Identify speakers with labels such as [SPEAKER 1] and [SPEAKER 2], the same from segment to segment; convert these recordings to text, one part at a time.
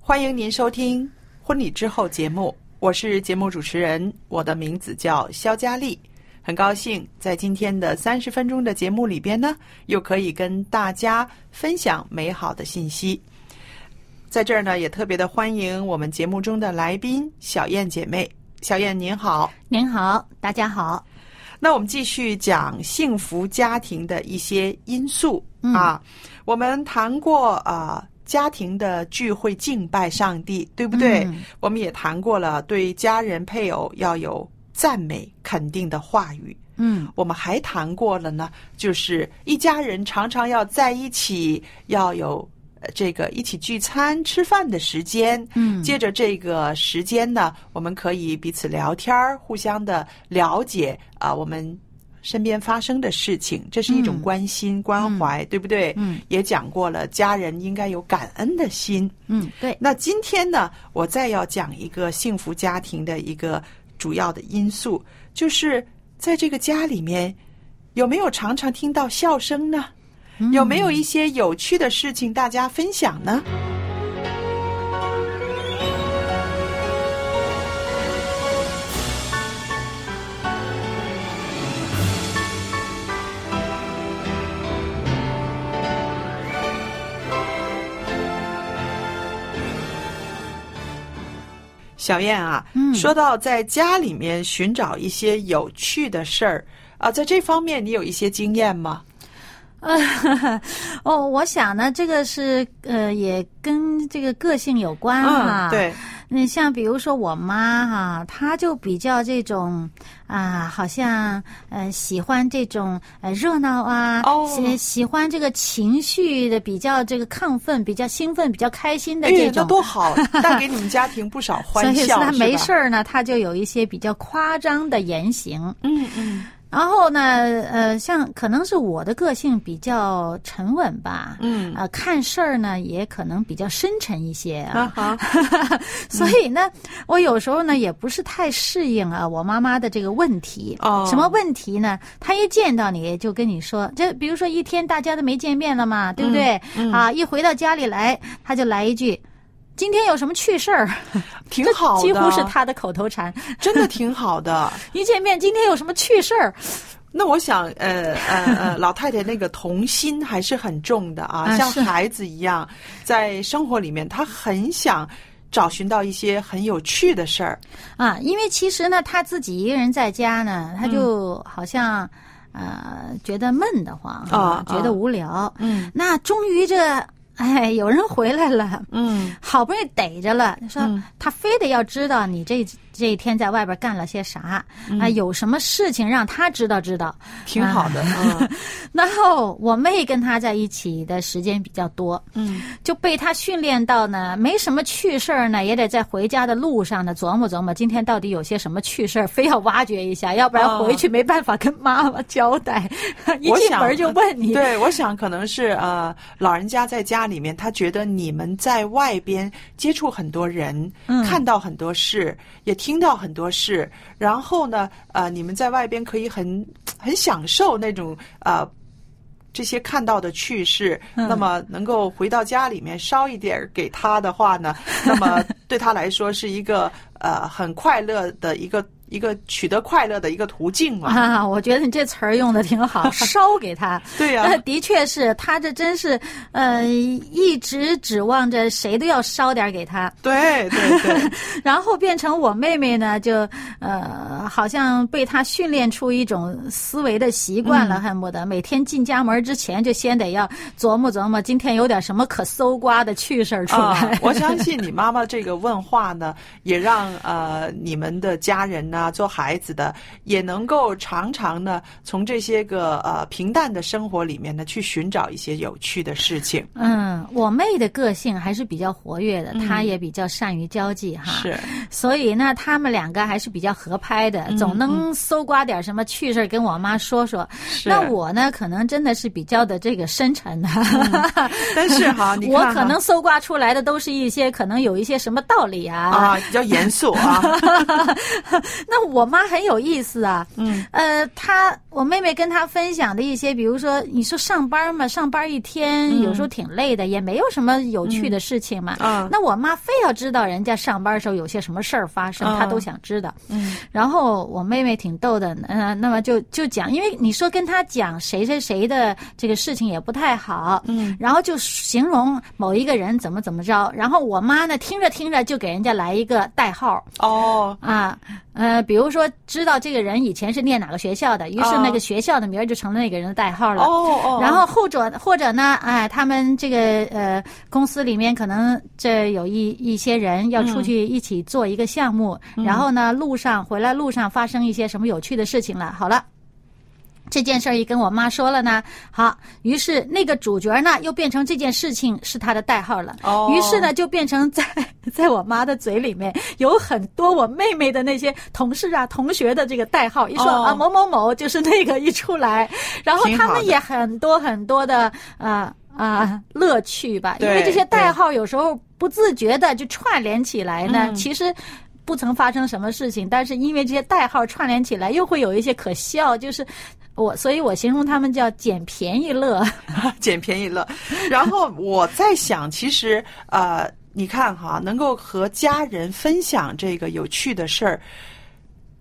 [SPEAKER 1] 欢迎您收听《婚礼之后》节目，我是节目主持人，我的名字叫肖佳丽。很高兴在今天的三十分钟的节目里边呢，又可以跟大家分享美好的信息。在这儿呢，也特别的欢迎我们节目中的来宾小燕姐妹。小燕您好，
[SPEAKER 2] 您好，大家好。
[SPEAKER 1] 那我们继续讲幸福家庭的一些因素、
[SPEAKER 2] 嗯
[SPEAKER 1] 啊。我们谈过啊、呃家庭的聚会敬拜上帝，对不对？
[SPEAKER 2] 嗯
[SPEAKER 1] 我们也谈过了，对家人配偶要有赞美肯定的话语。
[SPEAKER 2] 嗯
[SPEAKER 1] 我们还谈过了呢，就是一家人常常要在一起，要有呃这个一起聚餐吃饭的时间。
[SPEAKER 2] 嗯
[SPEAKER 1] 借着这个时间呢，我们可以彼此聊天儿，互相的了解啊、我们身边发生的事情，这是一种
[SPEAKER 2] 嗯
[SPEAKER 1] 关心、关怀，对不对？
[SPEAKER 2] 嗯，
[SPEAKER 1] 也讲过了，家人应该有感恩的心。
[SPEAKER 2] 嗯，对，
[SPEAKER 1] 那今天呢，我再要讲一个幸福家庭的一个主要的因素，就是在这个家里面，有没有常常听到笑声呢？
[SPEAKER 3] 嗯
[SPEAKER 1] 有没有一些有趣的事情大家分享呢？小燕啊，
[SPEAKER 2] 嗯
[SPEAKER 1] 说到在家里面寻找一些有趣的事儿啊，在这方面你有一些经验吗？
[SPEAKER 3] 哦，我想呢，这个是呃，也跟这个个性有关哈。
[SPEAKER 1] 嗯，。对，
[SPEAKER 3] 那像比如说我妈哈、她就比较这种啊，好像呃喜欢这种呃热闹啊，
[SPEAKER 1] 哦
[SPEAKER 3] 喜喜欢这个情绪的比较这个亢奋、比较兴奋、比较开心的
[SPEAKER 1] 哎
[SPEAKER 3] 这，
[SPEAKER 1] 那
[SPEAKER 3] 种。
[SPEAKER 1] 多好，带给你们家庭不少
[SPEAKER 3] 所
[SPEAKER 1] 欢
[SPEAKER 3] 以是
[SPEAKER 1] 笑，
[SPEAKER 3] 她没
[SPEAKER 1] 是
[SPEAKER 3] 事
[SPEAKER 1] 吧。
[SPEAKER 3] 儿呢，她就有一些比较夸张的言行。
[SPEAKER 1] 嗯嗯
[SPEAKER 3] 然后呢，呃，像可能是我的个性比较沉稳吧，
[SPEAKER 1] 嗯
[SPEAKER 3] 呃，看事儿呢也可能比较深沉一些啊，
[SPEAKER 1] 啊哈，
[SPEAKER 3] 所以呢，我有时候呢也不是太适应啊我妈妈的这个问题。
[SPEAKER 1] 哦
[SPEAKER 3] 什么问题呢？她一见到你就跟你说，这比如说一天大家都没见面了嘛，对不对？
[SPEAKER 1] 嗯
[SPEAKER 3] 啊，一回到家里来，她就来一句。今天有什么趣事儿？
[SPEAKER 1] 挺
[SPEAKER 3] 这
[SPEAKER 1] 好的，
[SPEAKER 3] 几乎是她的口头禅。
[SPEAKER 1] 真的挺 好的。
[SPEAKER 3] 一见面，今天有什么趣事儿？
[SPEAKER 1] 那我想，呃呃呃， 老太太那个童心还是很重的啊，
[SPEAKER 3] 啊
[SPEAKER 1] 像
[SPEAKER 3] 是
[SPEAKER 1] 孩子一样，在生活里面，她很想找寻到一些很有趣的事儿。
[SPEAKER 3] 啊，因为其实呢，他自己一个人在家呢，
[SPEAKER 1] 嗯
[SPEAKER 3] 他就好像、呃觉得闷得慌
[SPEAKER 1] 啊
[SPEAKER 3] 觉
[SPEAKER 1] 啊
[SPEAKER 3] 得无聊。
[SPEAKER 1] 嗯
[SPEAKER 3] 那终于这 哎有人回来了，
[SPEAKER 1] 嗯
[SPEAKER 3] 好不容易逮着了，说、
[SPEAKER 1] 嗯
[SPEAKER 3] 他非得要知道你这这一天在外边干了些啥、
[SPEAKER 1] 嗯
[SPEAKER 3] 啊，有什么事情让他知道知道。
[SPEAKER 1] 挺好的，
[SPEAKER 3] 啊
[SPEAKER 1] 嗯
[SPEAKER 3] 然后我妹跟他在一起的时间比较多，
[SPEAKER 1] 嗯，
[SPEAKER 3] 就被他训练到呢，没什么趣事儿呢，也得在回家的路上呢琢磨琢磨，今天到底有些什么趣事儿，非要挖掘一下，要不然
[SPEAKER 1] 哦
[SPEAKER 3] 回去没办法跟妈妈交 代，一
[SPEAKER 1] 我
[SPEAKER 3] 进
[SPEAKER 1] 想啊
[SPEAKER 3] 门就问你。
[SPEAKER 1] 对，我想可能是呃，老人家在家里面，他觉得你们在外边接触很多人，
[SPEAKER 3] 嗯
[SPEAKER 1] 看到很多事，也听到很多事，然后呢，呃，你们在外边可以很很享受那种呃。这些看到的趣事，
[SPEAKER 3] 嗯
[SPEAKER 1] 那么能够回到家里面烧一点儿给他的话呢，那 么对他来说是一个呃很快乐的一个一个取得快乐的一个途径嘛。
[SPEAKER 3] 啊，我觉得你这词儿用的挺 好，烧给他。
[SPEAKER 1] 对呀、
[SPEAKER 3] 呃的确是他这真是，呃，一直指望着谁都要烧点儿给他，
[SPEAKER 1] 对对对，
[SPEAKER 3] 然后变成我妹妹呢，就呃，好像被他训练出一种思维的习惯
[SPEAKER 1] 嗯
[SPEAKER 3] 了，恨不得每天进家门之前就先得要琢磨琢磨，今天有点什么可搜刮的趣事儿出
[SPEAKER 1] 啊，
[SPEAKER 3] 来。
[SPEAKER 1] 我相信你妈妈这个问话呢，也让呃你们的家人呐、做孩子的也能够常常呢从这些个呃平淡的生活里面呢去寻找一些有趣的事情。
[SPEAKER 3] 嗯，我妹的个性还是比较活跃的，她也比较善于交际哈。。
[SPEAKER 1] 嗯是，
[SPEAKER 3] 所以呢，他们两个还是比较合拍的，
[SPEAKER 1] 嗯
[SPEAKER 3] 总能搜刮点什么趣事儿跟我妈说说。
[SPEAKER 1] 是
[SPEAKER 3] 那我呢，可能真的是比较的这个深沉啊的，
[SPEAKER 1] 但是哈，啊你看
[SPEAKER 3] 我
[SPEAKER 1] 哈
[SPEAKER 3] 可能搜刮出来的都是一些可能有一些什么道理啊。
[SPEAKER 1] 啊比较严肃啊，
[SPEAKER 3] 那我妈很有意思啊，嗯，呃，她我妹妹跟她分享的一些，比如说你说上班嘛，上班一天、有时候挺累的，也没有什么有趣的事情嘛。
[SPEAKER 1] 嗯
[SPEAKER 3] 那我妈非要知道人家上班时候有些什么事儿发生，
[SPEAKER 1] 嗯
[SPEAKER 3] 她都想知道。
[SPEAKER 1] 嗯，
[SPEAKER 3] 然后我妹妹挺逗的，嗯、那么就就讲，因为你说跟她讲谁谁谁的这个事情也不太好，嗯，然后就形容某一个人怎么怎么着，然后我妈呢听着听着就给人家来一个代号
[SPEAKER 1] 哦，
[SPEAKER 3] 啊，呃，比如说知道这个人以前是念哪个学校的，于是
[SPEAKER 1] 啊
[SPEAKER 3] 那个学校的名儿就成了那个人的代号了。
[SPEAKER 1] 哦 哦，
[SPEAKER 3] 然后或者或者呢，哎，他们这个呃公司里面可能这有一一些人要出去一起做一个项目，然后呢路上回来路上发生一些什么有趣的事情了，好了。这件事儿一跟我妈说了呢，好，于是那个主角呢又变成这件事情是他的代号了，
[SPEAKER 1] 哦
[SPEAKER 3] 于是呢就变成在在我妈的嘴里面有很多我妹妹的那些同事啊、同学的这个代号，一说、
[SPEAKER 1] 哦
[SPEAKER 3] 啊某某某就是那个一出来，然后
[SPEAKER 1] 挺
[SPEAKER 3] 他
[SPEAKER 1] 好
[SPEAKER 3] 们
[SPEAKER 1] 的
[SPEAKER 3] 也很多很多的啊啊、乐趣吧，因
[SPEAKER 1] 对
[SPEAKER 3] 为这些代号有时候不自觉的就串联起来呢，
[SPEAKER 1] 嗯
[SPEAKER 3] 其实。不曾发生什么事情，但是因为这些代号串联起来，又会有一些可笑，就是我，所以我形容他们叫捡便宜乐。
[SPEAKER 1] 捡便宜了。然后我在想，其实呃，你看哈，能够和家人分享这个有趣的事儿，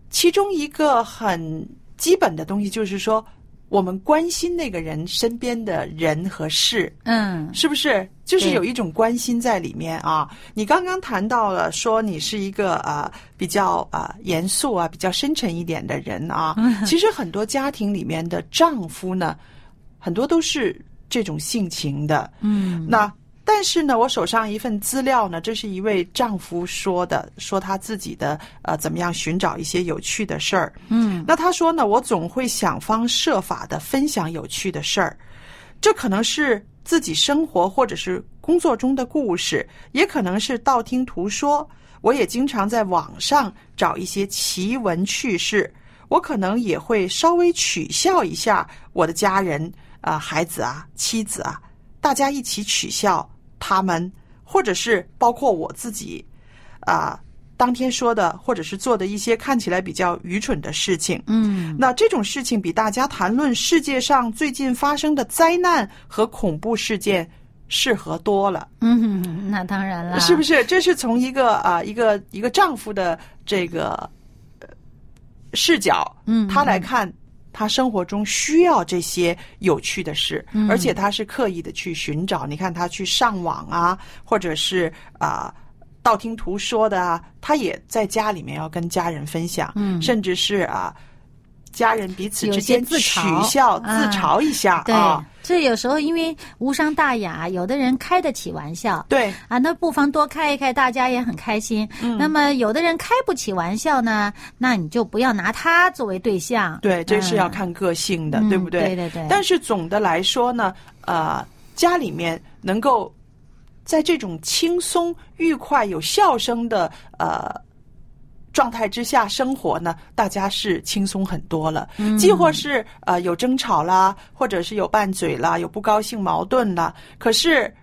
[SPEAKER 1] 其中一个很基本的东西就是说，我们关心那个人身边的人和事。
[SPEAKER 3] 嗯
[SPEAKER 1] 是不是？就是
[SPEAKER 3] 对
[SPEAKER 1] 有一种关心在里面啊。你刚刚谈到了说你是一个呃比较呃严肃啊、比较深沉一点的人啊。
[SPEAKER 3] 嗯
[SPEAKER 1] 其实很多家庭里面的丈夫呢，很多都是这种性情的。
[SPEAKER 3] 嗯
[SPEAKER 1] 那但是呢，我手上一份资料呢，这是一位丈夫说的，说他自己的呃怎么样寻找一些有趣的事儿。
[SPEAKER 3] 嗯
[SPEAKER 1] 那他说呢，我总会想方设法的分享有趣的事儿，这可能是自己生活或者是工作中的故事，也可能是道听途说。我也经常在网上找一些奇闻趣事，我可能也会稍微取笑一下我的家人啊、孩子啊、妻子啊，大家一起取笑他们，或者是包括我自己，啊、当天说的或者是做的一些看起来比较愚蠢的事情。
[SPEAKER 3] 嗯
[SPEAKER 1] 那这种事情比大家谈论世界上最近发生的灾难和恐怖事件适合多了，
[SPEAKER 3] 嗯，那当然了，
[SPEAKER 1] 是不是？这是从一个啊、一个一个丈夫的这个呃视角，
[SPEAKER 3] 嗯
[SPEAKER 1] 他来看他生活中需要这些有趣的事，
[SPEAKER 3] 嗯
[SPEAKER 1] 而且他是刻意的去寻找。你看他去上网啊，或者是啊、道听途说的啊，他也在家里面要跟家人分享，
[SPEAKER 3] 嗯
[SPEAKER 1] 甚至是啊。家人彼此
[SPEAKER 3] 有
[SPEAKER 1] 之
[SPEAKER 3] 些
[SPEAKER 1] 间
[SPEAKER 3] 自
[SPEAKER 1] 取
[SPEAKER 3] 嘲
[SPEAKER 1] 笑、自
[SPEAKER 3] 啊
[SPEAKER 1] 嘲一下
[SPEAKER 3] 对
[SPEAKER 1] 啊，，
[SPEAKER 3] 这有时候因为无伤大雅，有的人开得起玩笑，
[SPEAKER 1] 对，
[SPEAKER 3] 啊，那不妨多开一开，大家也很开心。
[SPEAKER 1] 嗯
[SPEAKER 3] 那么有的人开不起玩笑呢，那你就不要拿他作为对象。
[SPEAKER 1] 对，这是要
[SPEAKER 3] 嗯
[SPEAKER 1] 看个性的，
[SPEAKER 3] 嗯
[SPEAKER 1] 对不对？
[SPEAKER 3] 对对对
[SPEAKER 1] 但是总的来说呢，呃，家里面能够在这种轻松、愉快、有笑声的呃状态之下生活呢，大家是轻松很多了。嗯、既或是呃有争吵啦，或者是有拌嘴啦，有不高兴、矛盾啦，可是。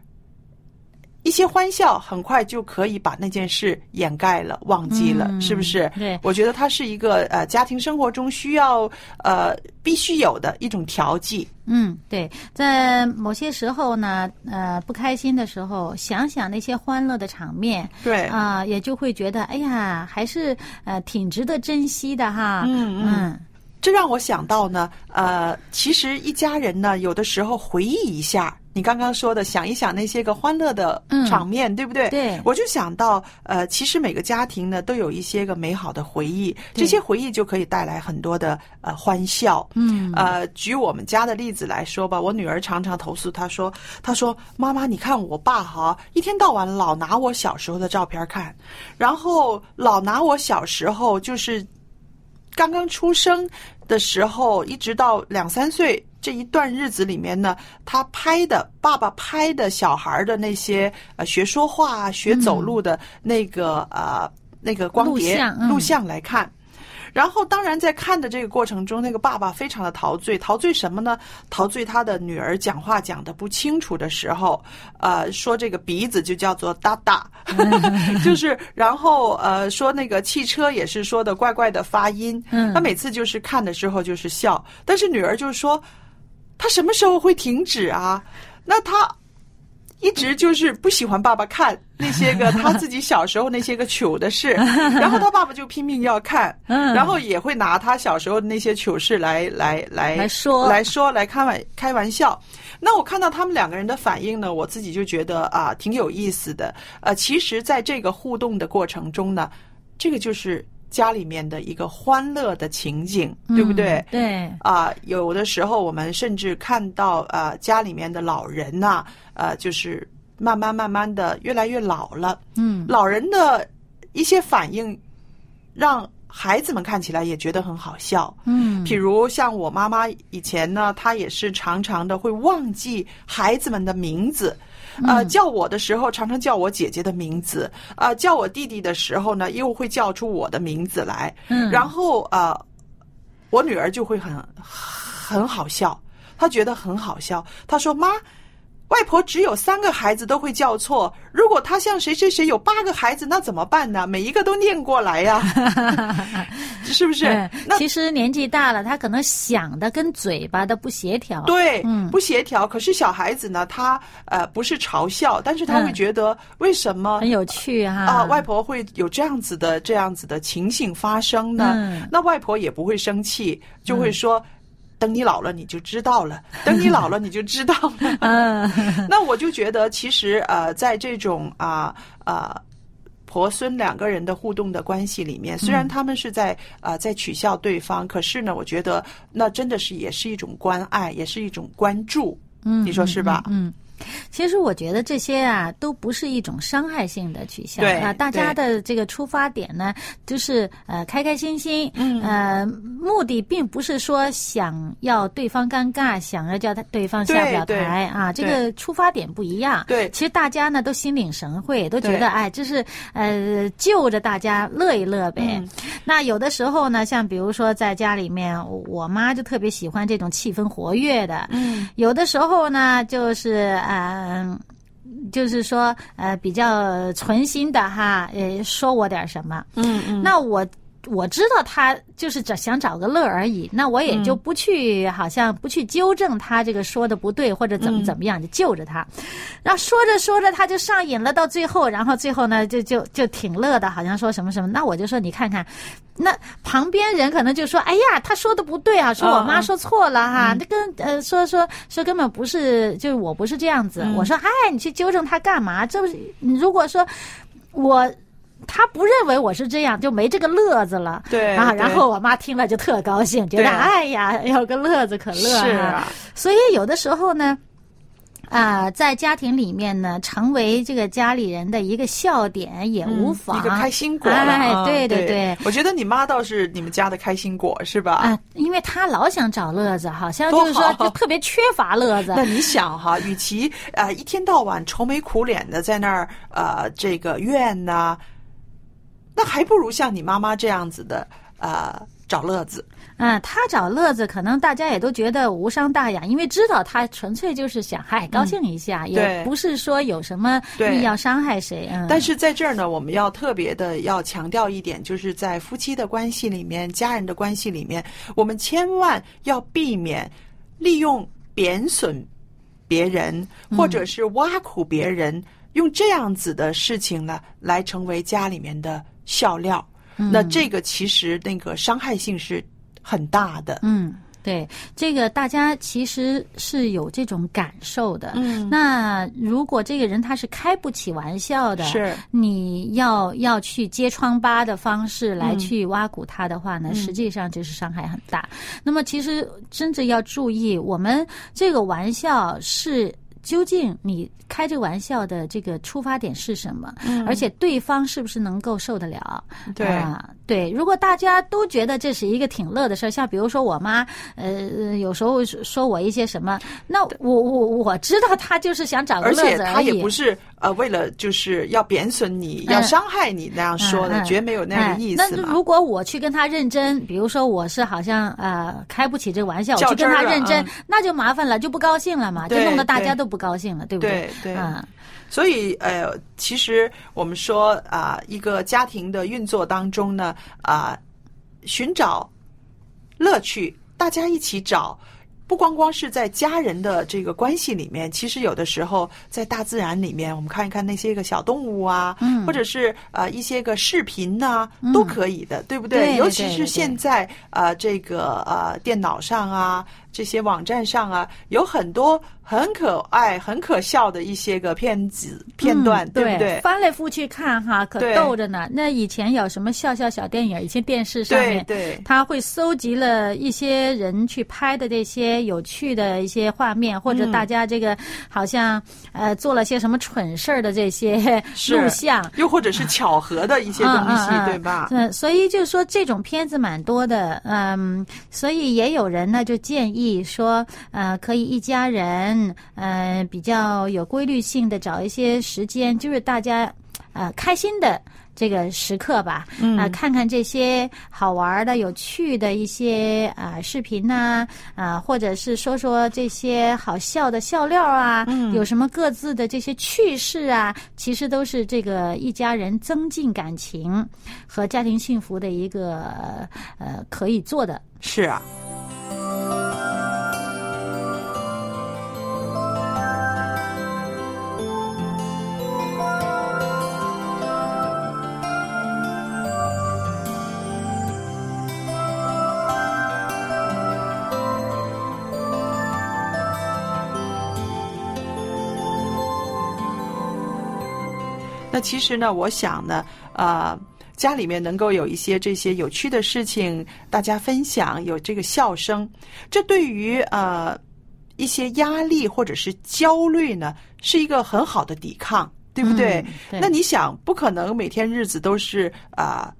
[SPEAKER 1] 一些欢笑很快就可以把那件事掩盖了、忘记了，
[SPEAKER 3] 嗯
[SPEAKER 1] 是不是？
[SPEAKER 3] 对
[SPEAKER 1] 我觉得它是一个呃家庭生活中需要呃必须有的一种调剂。
[SPEAKER 3] 嗯，对，在某些时候呢，呃，不开心的时候，想想那些欢乐的场面，
[SPEAKER 1] 对
[SPEAKER 3] 啊、也就会觉得，哎呀，还是呃挺值得珍惜的哈。
[SPEAKER 1] 嗯
[SPEAKER 3] 嗯
[SPEAKER 1] 这让我想到呢，呃，其实一家人呢，有的时候回忆一下你刚刚说的，想一想那些个欢乐的
[SPEAKER 3] 嗯
[SPEAKER 1] 场面，对不对？
[SPEAKER 3] 对
[SPEAKER 1] 我就想到，呃，其实每个家庭呢，都有一些个美好的回忆，这些回忆就可以带来很多的呃欢笑。
[SPEAKER 3] 嗯
[SPEAKER 1] 呃，举我们家的例子来说吧，我女儿常常投诉，她说：“她说妈妈，你看我爸哈，一天到晚老拿我小时候的照片看，然后老拿我小时候就是刚刚出生的时候，一直到两三岁这一段日子里面呢，他拍的爸爸拍的小孩儿的那些呃学说话啊、学走路的那个、呃那个光碟
[SPEAKER 3] 录像嗯
[SPEAKER 1] 来看。然后，当然，在看的这个过程中，那个爸爸非常的陶醉，陶醉什么呢？陶醉他的女儿讲话讲的不清楚的时候，呃，说这个鼻子就叫做哒哒，就是，然后呃，说那个汽车也是说的怪怪的发音，
[SPEAKER 3] 嗯
[SPEAKER 1] 他每次就是看的时候就是笑，但是女儿就说，他什么时候会停止啊？那他一直就是不喜欢爸爸看那些个他自己小时候那些个糗 的事，然后他爸爸就拼命要看，
[SPEAKER 3] 嗯
[SPEAKER 1] 然后也会拿他小时候的那些糗事来来来
[SPEAKER 3] 来说
[SPEAKER 1] 来说来开玩开玩笑。那我看到他们两个人的反应呢，我自己就觉得啊挺有意思的。呃，其实在这个互动的过程中呢，这个就是家里面的一个欢乐的情景，对不对？
[SPEAKER 3] 嗯对，
[SPEAKER 1] 啊、有的时候我们甚至看到呃家里面的老人呐、呃，就是慢慢慢慢的越来越老了，
[SPEAKER 3] 嗯
[SPEAKER 1] 老人的一些反应，让孩子们看起来也觉得很好笑。
[SPEAKER 3] 嗯，
[SPEAKER 1] 譬如像我妈妈以前呢，她也是常常的会忘记孩子们的名字。呃，叫我的时候常常叫我姐姐的名字，呃，叫我弟弟的时候呢，又会叫出我的名字来。
[SPEAKER 3] 嗯
[SPEAKER 1] 然后呃，我女儿就会很很好笑，她觉得很好笑。她说：“妈，外婆只有三个孩子都会叫错，如果她像谁谁谁有八个孩子，那怎么办呢？每一个都念过 来呀，是不是？
[SPEAKER 3] 对
[SPEAKER 1] 那
[SPEAKER 3] 其实年纪大了，他可能想的跟嘴巴的不协调。
[SPEAKER 1] 对，
[SPEAKER 3] 嗯
[SPEAKER 1] 不协调。可是小孩子呢，他呃不是嘲笑，但是他会
[SPEAKER 3] 嗯
[SPEAKER 1] 觉得为什么
[SPEAKER 3] 很有趣哈、
[SPEAKER 1] 啊、外婆会有这样子的这样子的情形发生呢？
[SPEAKER 3] 嗯
[SPEAKER 1] 那外婆也不会生气，就会说。等你老了，你就知道了。等你老了，你就知道了。
[SPEAKER 3] 嗯，
[SPEAKER 1] 那我就觉得，其实呃，在这种啊啊、婆孙两个人的互动的关系里面，虽然他们是在啊、在取笑对方，可是呢，我觉得那真的是也是一种关爱，也是一种关注。嗯，你说是吧？
[SPEAKER 3] 嗯，其实我觉得这些啊都不是一种伤害性的取向
[SPEAKER 1] 对
[SPEAKER 3] 啊，大家
[SPEAKER 1] 对
[SPEAKER 3] 的这个出发点呢，就是呃开开心心，
[SPEAKER 1] 嗯
[SPEAKER 3] 呃，目的并不是说想要对方尴尬，想要叫他对方下不了
[SPEAKER 1] 对对
[SPEAKER 3] 台啊，这
[SPEAKER 1] 对
[SPEAKER 3] 个出发点不一样。
[SPEAKER 1] 对
[SPEAKER 3] 其实大家呢都心领神会，都觉
[SPEAKER 1] 对
[SPEAKER 3] 得哎，这是呃就着大家乐一乐呗。
[SPEAKER 1] 嗯
[SPEAKER 3] 那有的时候呢，像比如说在家里面，我我妈就特别喜欢这种气氛活跃的，
[SPEAKER 1] 嗯
[SPEAKER 3] 有的时候呢，就是嗯。就是说，呃，比较存心的哈，呃，说我点什么，
[SPEAKER 1] 嗯嗯，
[SPEAKER 3] 那我我知道他就是找想找个乐儿而已，那我也就
[SPEAKER 1] 嗯
[SPEAKER 3] 不去，好像不去纠正他这个说的不对或者
[SPEAKER 1] 嗯
[SPEAKER 3] 怎么怎么样，就救着他。然后说着说着他就上瘾了，到最后，然后最后呢就就就挺乐的，好像说什么什么。那我就说你看看。那旁边人可能就说：“哎呀，他说的不对啊，说我妈
[SPEAKER 1] 嗯嗯
[SPEAKER 3] 说错了哈，那跟呃说说说根本不是，就是我
[SPEAKER 1] 嗯
[SPEAKER 3] 不是这样子。我说：“哎，你去纠正他干嘛？这不是你如果说我他不认为我是这样，就没这个乐子了。
[SPEAKER 1] 对
[SPEAKER 3] 然后
[SPEAKER 1] 对
[SPEAKER 3] 然后我妈听了就特高兴，觉
[SPEAKER 1] 对
[SPEAKER 3] 得
[SPEAKER 1] 啊
[SPEAKER 3] 哎呀，有个乐子可乐、
[SPEAKER 1] 是啊，
[SPEAKER 3] 所以有的时候呢，啊、在家庭里面呢，成为这个家里人的一个笑点也无妨，
[SPEAKER 1] 嗯一个开心果了
[SPEAKER 3] 哎
[SPEAKER 1] 啊，
[SPEAKER 3] 对
[SPEAKER 1] 对
[SPEAKER 3] 对。，
[SPEAKER 1] 我觉得你妈倒是你们家的开心果是吧？
[SPEAKER 3] 啊，因为他老想找乐子，好像就是
[SPEAKER 1] 多
[SPEAKER 3] 说
[SPEAKER 1] 好
[SPEAKER 3] 就特别缺乏乐子
[SPEAKER 1] 那。你想哈， 与其啊、呃一天到晚愁眉苦脸的在那儿呃这个怨呐、那还不如像你妈妈这样子的呃找乐子。
[SPEAKER 3] 嗯，他找乐子，可能大家也都觉得无伤大雅，因为知道他纯粹就是想嗨高兴一下，
[SPEAKER 1] 嗯对
[SPEAKER 3] 也不是说有什么
[SPEAKER 1] 对
[SPEAKER 3] 意要伤害谁。嗯，
[SPEAKER 1] 但是在这儿呢，我们要特别的要强调一点，就是在夫妻的关系里面、家人的关系里面，我们千万要避免利用贬损别人，或者是挖苦别人，用这样子的事情呢来成为家里面的笑料。
[SPEAKER 3] 嗯
[SPEAKER 1] 那这个其实那个伤害性是很大的。
[SPEAKER 3] 嗯，对，这个大家其实是有这种感受的。
[SPEAKER 1] 嗯
[SPEAKER 3] 那如果这个人他是开不起玩笑的，
[SPEAKER 1] 是
[SPEAKER 3] 你要要去揭疮疤的方式来
[SPEAKER 1] 嗯
[SPEAKER 3] 去挖苦他的话呢，实际上就是伤害很大。那么其实真的要注意，我们这个玩笑是。究竟你开这个玩笑的这个出发点是什么？而且对方是不是能够受得了？
[SPEAKER 1] 嗯对
[SPEAKER 3] 啊，对。如果大家都觉得这是一个挺乐的事儿，像比如说我妈，呃，有时候说我一些什么，那我我我知道她就是想找个
[SPEAKER 1] 而
[SPEAKER 3] 乐
[SPEAKER 1] 且
[SPEAKER 3] 子
[SPEAKER 1] 他也
[SPEAKER 3] 已
[SPEAKER 1] 不是呃，为了就是要贬损你、要
[SPEAKER 3] 嗯
[SPEAKER 1] 伤害你那样说的，
[SPEAKER 3] 嗯嗯
[SPEAKER 1] 绝没有那样的意
[SPEAKER 3] 哎
[SPEAKER 1] 思
[SPEAKER 3] 那
[SPEAKER 1] 嘛。
[SPEAKER 3] 如果我去跟他认真，比如说我是好像呃开不起这玩笑，我
[SPEAKER 1] 较
[SPEAKER 3] 去
[SPEAKER 1] 真
[SPEAKER 3] 跟
[SPEAKER 1] 儿
[SPEAKER 3] 他
[SPEAKER 1] 了
[SPEAKER 3] 认真
[SPEAKER 1] 嗯，
[SPEAKER 3] 那就麻烦了，就不高兴了嘛，就
[SPEAKER 1] 对
[SPEAKER 3] 弄得大
[SPEAKER 1] 对
[SPEAKER 3] 家都不高兴了，对不
[SPEAKER 1] 对对
[SPEAKER 3] 啊，
[SPEAKER 1] 所以，呃，其实我们说啊、一个家庭的运作当中呢，啊、寻找乐趣，大家一起找，不光光是在家人的这个关系里面，其实有的时候在大自然里面，我们看一看那些个小动物啊，
[SPEAKER 3] 嗯
[SPEAKER 1] 或者是呃一些个视频呐、都可以的，对不对？
[SPEAKER 3] 对对
[SPEAKER 1] 尤其
[SPEAKER 3] 对
[SPEAKER 1] 是
[SPEAKER 3] 对
[SPEAKER 1] 现在呃这个呃电脑上啊，这些网站上啊，有很多很可爱、很可笑的一些个片子片段，
[SPEAKER 3] 嗯
[SPEAKER 1] 不对？
[SPEAKER 3] 翻来覆去看哈，可
[SPEAKER 1] 对
[SPEAKER 3] 逗着呢。那以前有什么笑笑小电影，以前电视上
[SPEAKER 1] 对
[SPEAKER 3] 面。
[SPEAKER 1] 对
[SPEAKER 3] 他会搜集了一些人去拍的这些有趣的一些画面，或
[SPEAKER 1] 嗯
[SPEAKER 3] 者大家这个好像呃做了些什么蠢事儿的这些
[SPEAKER 1] 是
[SPEAKER 3] 录像，
[SPEAKER 1] 又或者是巧合的一些东西，
[SPEAKER 3] 嗯嗯嗯
[SPEAKER 1] 对吧？
[SPEAKER 3] 嗯，所以就是说这种片子蛮多的，嗯，所以也有人呢就建议说，呃，可以一家人，呃，比较有规律性的找一些时间，就是大家，呃，开心的。这个时刻吧，啊、看看这些好玩儿的、有趣的一些啊、视频呐、啊，或者是说说这些好笑的笑料啊，有什么各自的这些趣事啊，其实都是这个一家人增进感情，和家庭幸福的一个呃呃可以做的。
[SPEAKER 1] 是啊。那其实呢，我想呢，呃，家里面能够有一些这些有趣的事情，大家分享，有这个笑声，这对于呃一些压力或者是焦虑呢，是一个很好的抵抗，对不对？
[SPEAKER 3] 对
[SPEAKER 1] 那你想，不可能每天日子都是啊、呃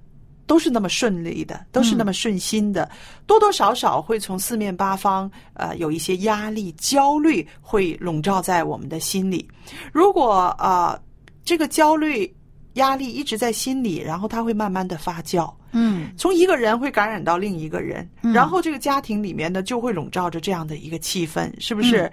[SPEAKER 1] 都是那么顺利的，都是那么顺心的，多多少少会从四面八方，呃，有一些压力、焦虑会笼罩在我们的心里。如果呃，这个焦虑、压力一直在心里，然后它会慢慢的发酵，
[SPEAKER 3] 嗯
[SPEAKER 1] 从一个人会感染到另一个人，
[SPEAKER 3] 嗯
[SPEAKER 1] 然后这个家庭里面呢就会笼罩着这样的一个气氛，是不是？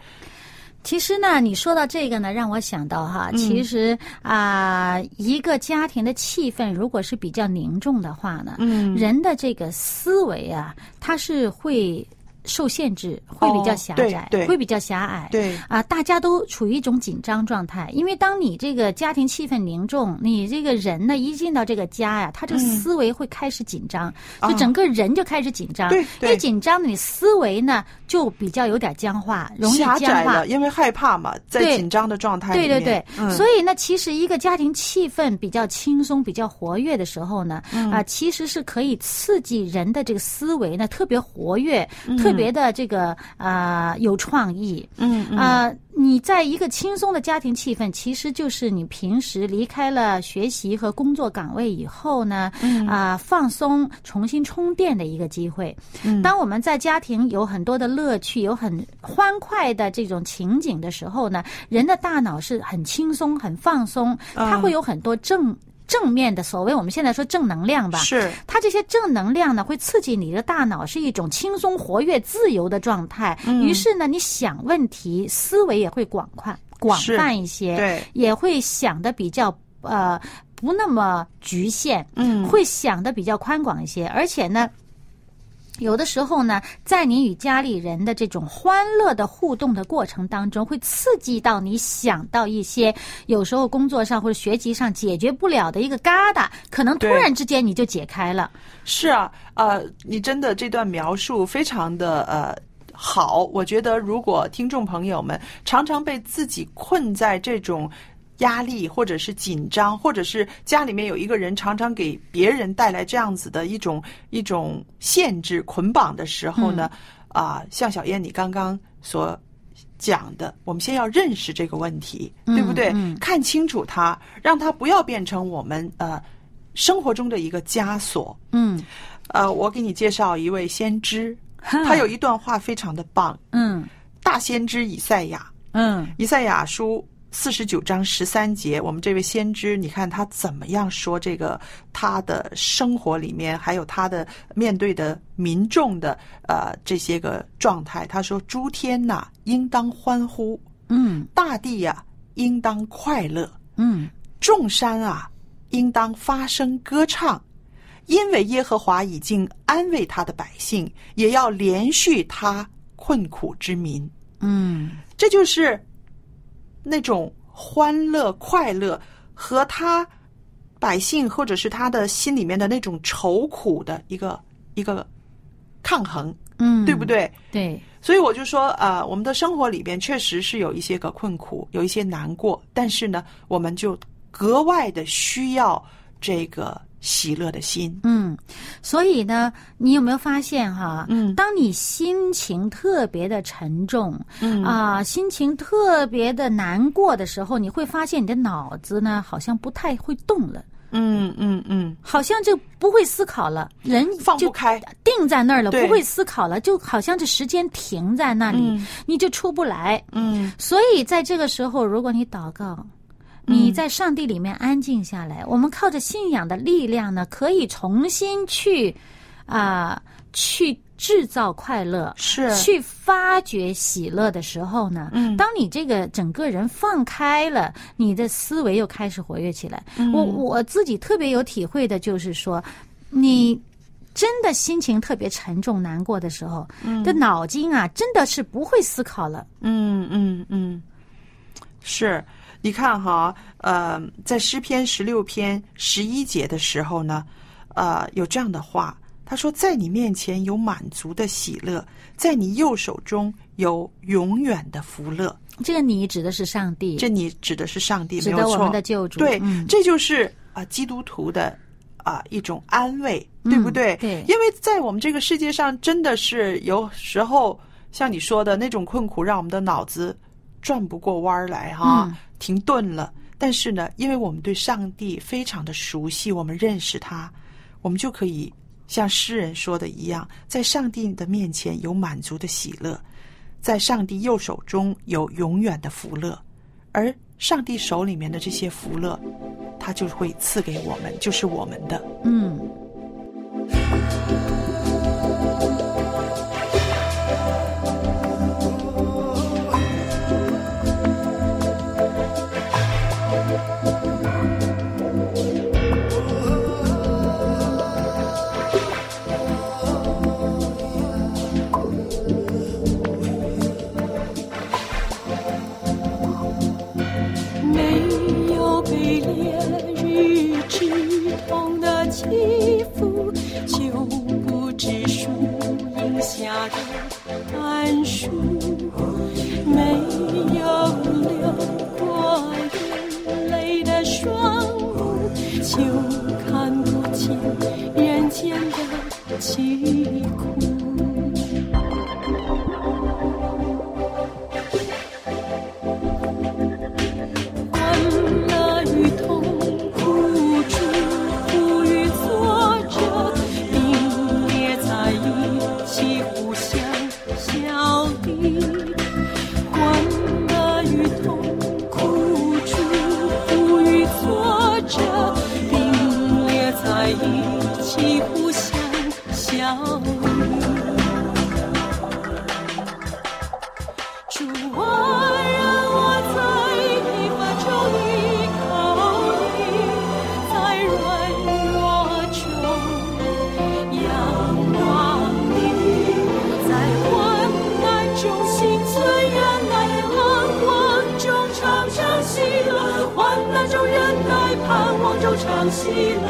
[SPEAKER 3] 其实呢，你说到这个呢，让我想到哈，
[SPEAKER 1] 嗯
[SPEAKER 3] 其实啊、一个家庭的气氛如果是比较凝重的话呢，
[SPEAKER 1] 嗯
[SPEAKER 3] 人的这个思维啊，它是会受限制，会比较
[SPEAKER 1] 哦
[SPEAKER 3] 狭
[SPEAKER 1] 对
[SPEAKER 3] 窄，
[SPEAKER 1] 对
[SPEAKER 3] 会比较狭隘。
[SPEAKER 1] 对，
[SPEAKER 3] 啊，大家都处于一种紧张状态，因为当你这个家庭气氛凝重，你这个人呢一进到这个家呀、他这个思维会开始紧张，
[SPEAKER 1] 嗯啊
[SPEAKER 3] 就整个人就开始紧张。
[SPEAKER 1] 对对
[SPEAKER 3] 一紧张，你思维呢就比较有点僵化，容易
[SPEAKER 1] 狭
[SPEAKER 3] 僵
[SPEAKER 1] 窄
[SPEAKER 3] 化
[SPEAKER 1] 了，。因为害怕嘛，在
[SPEAKER 3] 对
[SPEAKER 1] 紧张的状态
[SPEAKER 3] 对
[SPEAKER 1] 里
[SPEAKER 3] 对
[SPEAKER 1] 面，
[SPEAKER 3] 对，
[SPEAKER 1] 嗯、
[SPEAKER 3] 所以呢，其实一个家庭气氛比较轻松、比较活跃的时候呢，啊、
[SPEAKER 1] 嗯
[SPEAKER 3] 其实是可以刺激人的这个思维呢，特别活跃，特别的这个啊有创意。
[SPEAKER 1] 嗯嗯
[SPEAKER 3] 啊、你在一个轻松的家庭气氛，其实就是你平时离开了学习和工作岗位以后呢，啊、
[SPEAKER 1] 嗯
[SPEAKER 3] 放松、重新充电的一个机会。
[SPEAKER 1] 嗯
[SPEAKER 3] 当我们在家庭有很多的乐趣、有很欢快的这种情景的时候呢，人的大脑是很轻松、很放松，
[SPEAKER 1] 啊
[SPEAKER 3] 它会有很多正正面的，所谓我们现在说正能量吧。
[SPEAKER 1] 是
[SPEAKER 3] 它这些正能量呢，会刺激你的大脑是一种轻松、活跃、自由的状态。于是呢，你想问题思维也会广泛、广
[SPEAKER 1] 是
[SPEAKER 3] 泛一些，
[SPEAKER 1] 对
[SPEAKER 3] 也会想的比较呃不那么局限，
[SPEAKER 1] 嗯
[SPEAKER 3] 会想的比较宽广一些，而且呢。有的时候呢，在你与家里人的这种欢乐的互动的过程当中，会刺激到你想到一些有时候工作上或者学习上解决不了的一个疙瘩，可能突
[SPEAKER 1] 对
[SPEAKER 3] 然之间你就解开了。
[SPEAKER 1] 是啊，呃，你真的这段描述非常的呃。好，我觉得如果听众朋友们常常被自己困在这种压力，或者是紧张，或者是家里面有一个人常常给别人带来这样子的一种一种限制捆绑的时
[SPEAKER 3] 嗯
[SPEAKER 1] 候呢，啊、像小燕你刚刚所讲的，我们先要认识这个问题，对不对？
[SPEAKER 3] 嗯
[SPEAKER 1] 看清楚它，让它不要变成我们呃生活中的一个枷锁。
[SPEAKER 3] 嗯
[SPEAKER 1] 呃，我给你介绍一位先知，他有一段话非常的棒，
[SPEAKER 3] 嗯
[SPEAKER 1] 大先知以赛亚，
[SPEAKER 3] 嗯
[SPEAKER 1] 以赛亚书四十九章十三节，我们这位先知，你看他怎么样说这个他的生活里面，还有他的面对的民众的呃这些个状态，他说：“诸天呐、应当欢呼；
[SPEAKER 3] 嗯
[SPEAKER 1] 大地呀、应当快乐。”
[SPEAKER 3] 嗯
[SPEAKER 1] 众山啊，应当发声歌唱，因为耶和华已经安慰他的百姓，也要连续他困苦之民。
[SPEAKER 3] 嗯
[SPEAKER 1] 这就是那种欢乐、快乐和他百姓或者是他的心里面的那种愁苦的一个一个抗衡，
[SPEAKER 3] 嗯，
[SPEAKER 1] 对不？对？
[SPEAKER 3] 对，
[SPEAKER 1] 所以我就说，呃，我们的生活里边确实是有一些个困苦，有一些难过，但是呢，我们就格外的需要这个喜乐的心。
[SPEAKER 3] 嗯，所以呢，你有没有发现哈？
[SPEAKER 1] 嗯
[SPEAKER 3] 当你心情特别的沉重，
[SPEAKER 1] 嗯
[SPEAKER 3] 啊、心情特别的难过的时候，你会发现你的脑子呢好像不太会动了，
[SPEAKER 1] 嗯嗯嗯，
[SPEAKER 3] 好像就不会思考了，人
[SPEAKER 1] 放
[SPEAKER 3] 就
[SPEAKER 1] 不开。
[SPEAKER 3] 定在那儿了，
[SPEAKER 1] 对
[SPEAKER 3] 不会思考了，就好像这时间停在那里，
[SPEAKER 1] 嗯
[SPEAKER 3] 你就出不来。
[SPEAKER 1] 嗯
[SPEAKER 3] 所以在这个时候，如果你祷告，
[SPEAKER 1] 嗯
[SPEAKER 3] 你在上帝里面安静下来，我们靠着信仰的力量呢，可以重新去啊、去制造快乐。
[SPEAKER 1] 是
[SPEAKER 3] 去发掘喜乐的时候呢，
[SPEAKER 1] 嗯
[SPEAKER 3] 当你这个整个人放开了，你的思维又开始活跃起来。
[SPEAKER 1] 嗯
[SPEAKER 3] 我我自己特别有体会的就是说，你真的心情特别沉重、难过的时候，这脑筋啊，真的是不会思考了。
[SPEAKER 1] 嗯嗯嗯，是。你看哈，呃，在诗篇十六篇十一节的时候呢，呃，有这样的话，他说：“在你面前有满足的喜乐，在你右手中有永远的福乐。”
[SPEAKER 3] 这个你指的是上帝，
[SPEAKER 1] 这你指的是上帝，
[SPEAKER 3] 指
[SPEAKER 1] 没有
[SPEAKER 3] 的我
[SPEAKER 1] 错
[SPEAKER 3] 们的。救主。
[SPEAKER 1] 对，
[SPEAKER 3] 嗯
[SPEAKER 1] 这就是啊、基督徒的啊、一种安慰，
[SPEAKER 3] 嗯
[SPEAKER 1] 对不对？
[SPEAKER 3] 对
[SPEAKER 1] 因为在我们这个世界上，真的是有时候像你说的那种困苦，让我们的脑子转不过弯儿来哈，
[SPEAKER 3] 嗯
[SPEAKER 1] 停顿了。但是呢，因为我们对上帝非常的熟悉，我们认识他，我们就可以像诗人说的一样，在上帝的面前有满足的喜乐，在上帝右手中有永远的福乐，而上帝手里面的这些福乐，他就会赐给我们，就是我们的。
[SPEAKER 3] 嗯。
[SPEAKER 4] 月日之痛的起伏，就不知树荫下的寒暑，没有流过眼泪的双目，就看不清人间的疾苦。欢乐与痛苦，祝福与挫折，并列在一起，互相效力。欢乐与痛苦，祝福与挫折，并列在一起，互相效力。主啊，让我在疲乏中依靠你，在软弱中仰望你，在患难中心存忍耐，彷徨中常常喜乐，患难中忍耐，盼望中常喜乐。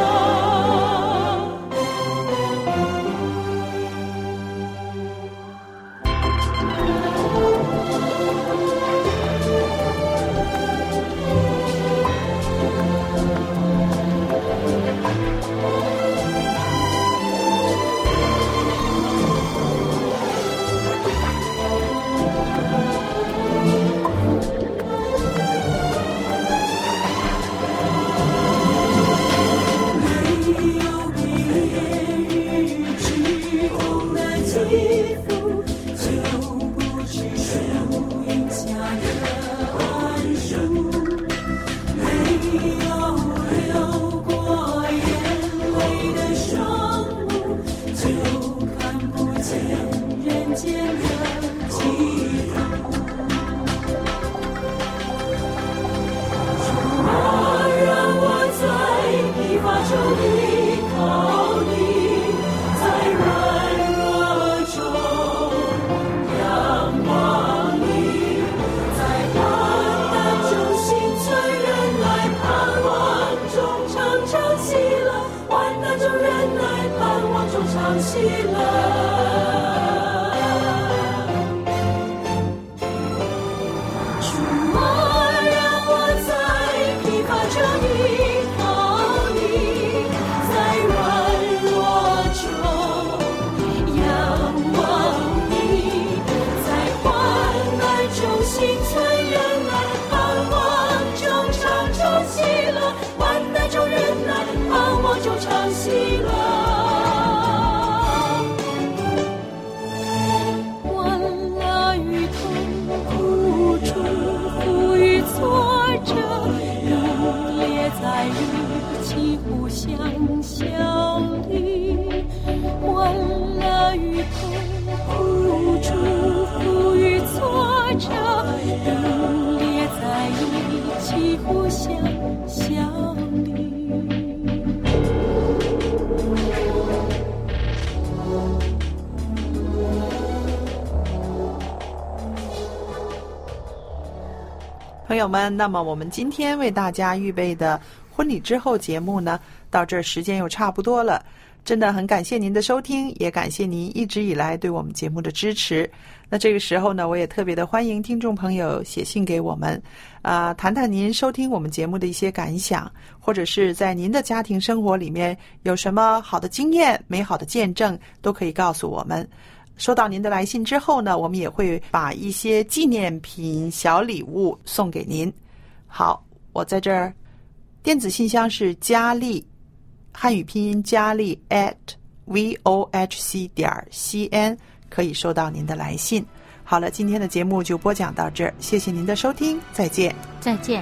[SPEAKER 4] 没有比烈日之痛的起伏，就不知树荫下的寒暑。没有流过眼泪的双目，就看不见人间的疾苦。啊，让我在疲乏中依靠你，在软弱中仰望你，在患难中心存忍耐，盼望中常常喜乐，患难中忍耐，盼望中常喜乐。主啊，让我在疲乏中依靠你，在软弱中仰望你，在患难中心存忍耐，盼望中常常喜乐，患难中忍耐，盼望中常喜乐。欢乐与痛苦，祝福与挫折，并列在一起，互相效力。欢乐与痛苦，祝福与挫折，并列在一起，互相效力。
[SPEAKER 1] 朋友们，那么我们今天为大家预备的婚礼之后节目呢，到这儿时间又差不多了。真的很感谢您的收听，也感谢您一直以来对我们节目的支持。那这个时候呢，我也特别的欢迎听众朋友写信给我们，啊、谈谈您收听我们节目的一些感想，或者是在您的家庭生活里面有什么好的经验、美好的见证，都可以告诉我们。收到您的来信之后呢，我们也会把一些纪念品、小礼物送给您。好，我在这儿，电子信箱是佳丽，汉语拼音佳丽 at v o h c 点 c n，可以收到您的来信。好了，今天的节目就播讲到这儿，谢谢您的收听，再见。
[SPEAKER 3] 再见。